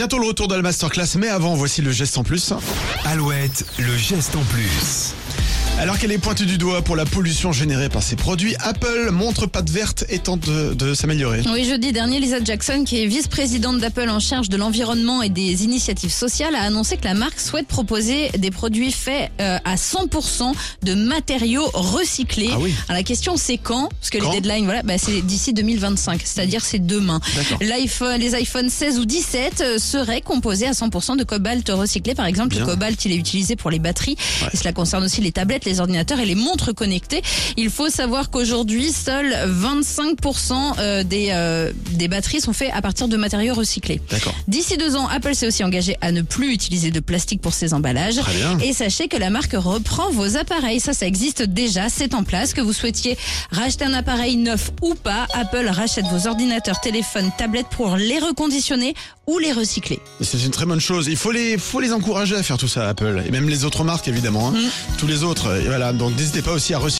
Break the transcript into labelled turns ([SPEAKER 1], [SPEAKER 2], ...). [SPEAKER 1] Bientôt le retour de la masterclass, mais avant, voici le geste en plus.
[SPEAKER 2] Alouette, le geste en plus.
[SPEAKER 1] Alors qu'elle est pointée du doigt pour la pollution générée par ses produits, Apple montre patte verte et tente de, de s'améliorer.
[SPEAKER 3] Oui, jeudi dernier, Lisa Jackson, qui est vice-présidente d'Apple en charge de l'environnement et des initiatives sociales, a annoncé que la marque souhaite proposer des produits faits euh, à 100% de matériaux recyclés.
[SPEAKER 1] Ah oui.
[SPEAKER 3] Alors, la question, c'est quand Parce que
[SPEAKER 1] Quand
[SPEAKER 3] les deadlines, voilà, bah, c'est d'ici 2025, c'est-à-dire c'est demain.
[SPEAKER 1] D'accord.
[SPEAKER 3] L'iPhone, les iPhone 16 ou 17 euh, seraient composés à 100% de cobalt recyclé. Par exemple,
[SPEAKER 1] Bien.
[SPEAKER 3] le cobalt, il est utilisé pour les batteries. Et cela concerne aussi les tablettes, les ordinateurs et les montres connectées. Il faut savoir qu'aujourd'hui, seuls 25% euh, des, euh, des batteries sont faites à partir de matériaux recyclés.
[SPEAKER 1] D'accord.
[SPEAKER 3] D'ici deux ans, Apple s'est aussi engagé à ne plus utiliser de plastique pour ses emballages.
[SPEAKER 1] Très bien.
[SPEAKER 3] Et sachez que la marque reprend vos appareils. Ça, ça existe déjà, c'est en place. Que vous souhaitiez racheter un appareil neuf ou pas, Apple rachète vos ordinateurs, téléphones, tablettes pour les reconditionner ou les recycler.
[SPEAKER 1] Et C'est une très bonne chose. Il faut les, faut les encourager à faire tout ça, Apple. Et même les autres marques, évidemment. hein. Tous les autres. Et voilà. Donc n'hésitez pas aussi à recycler.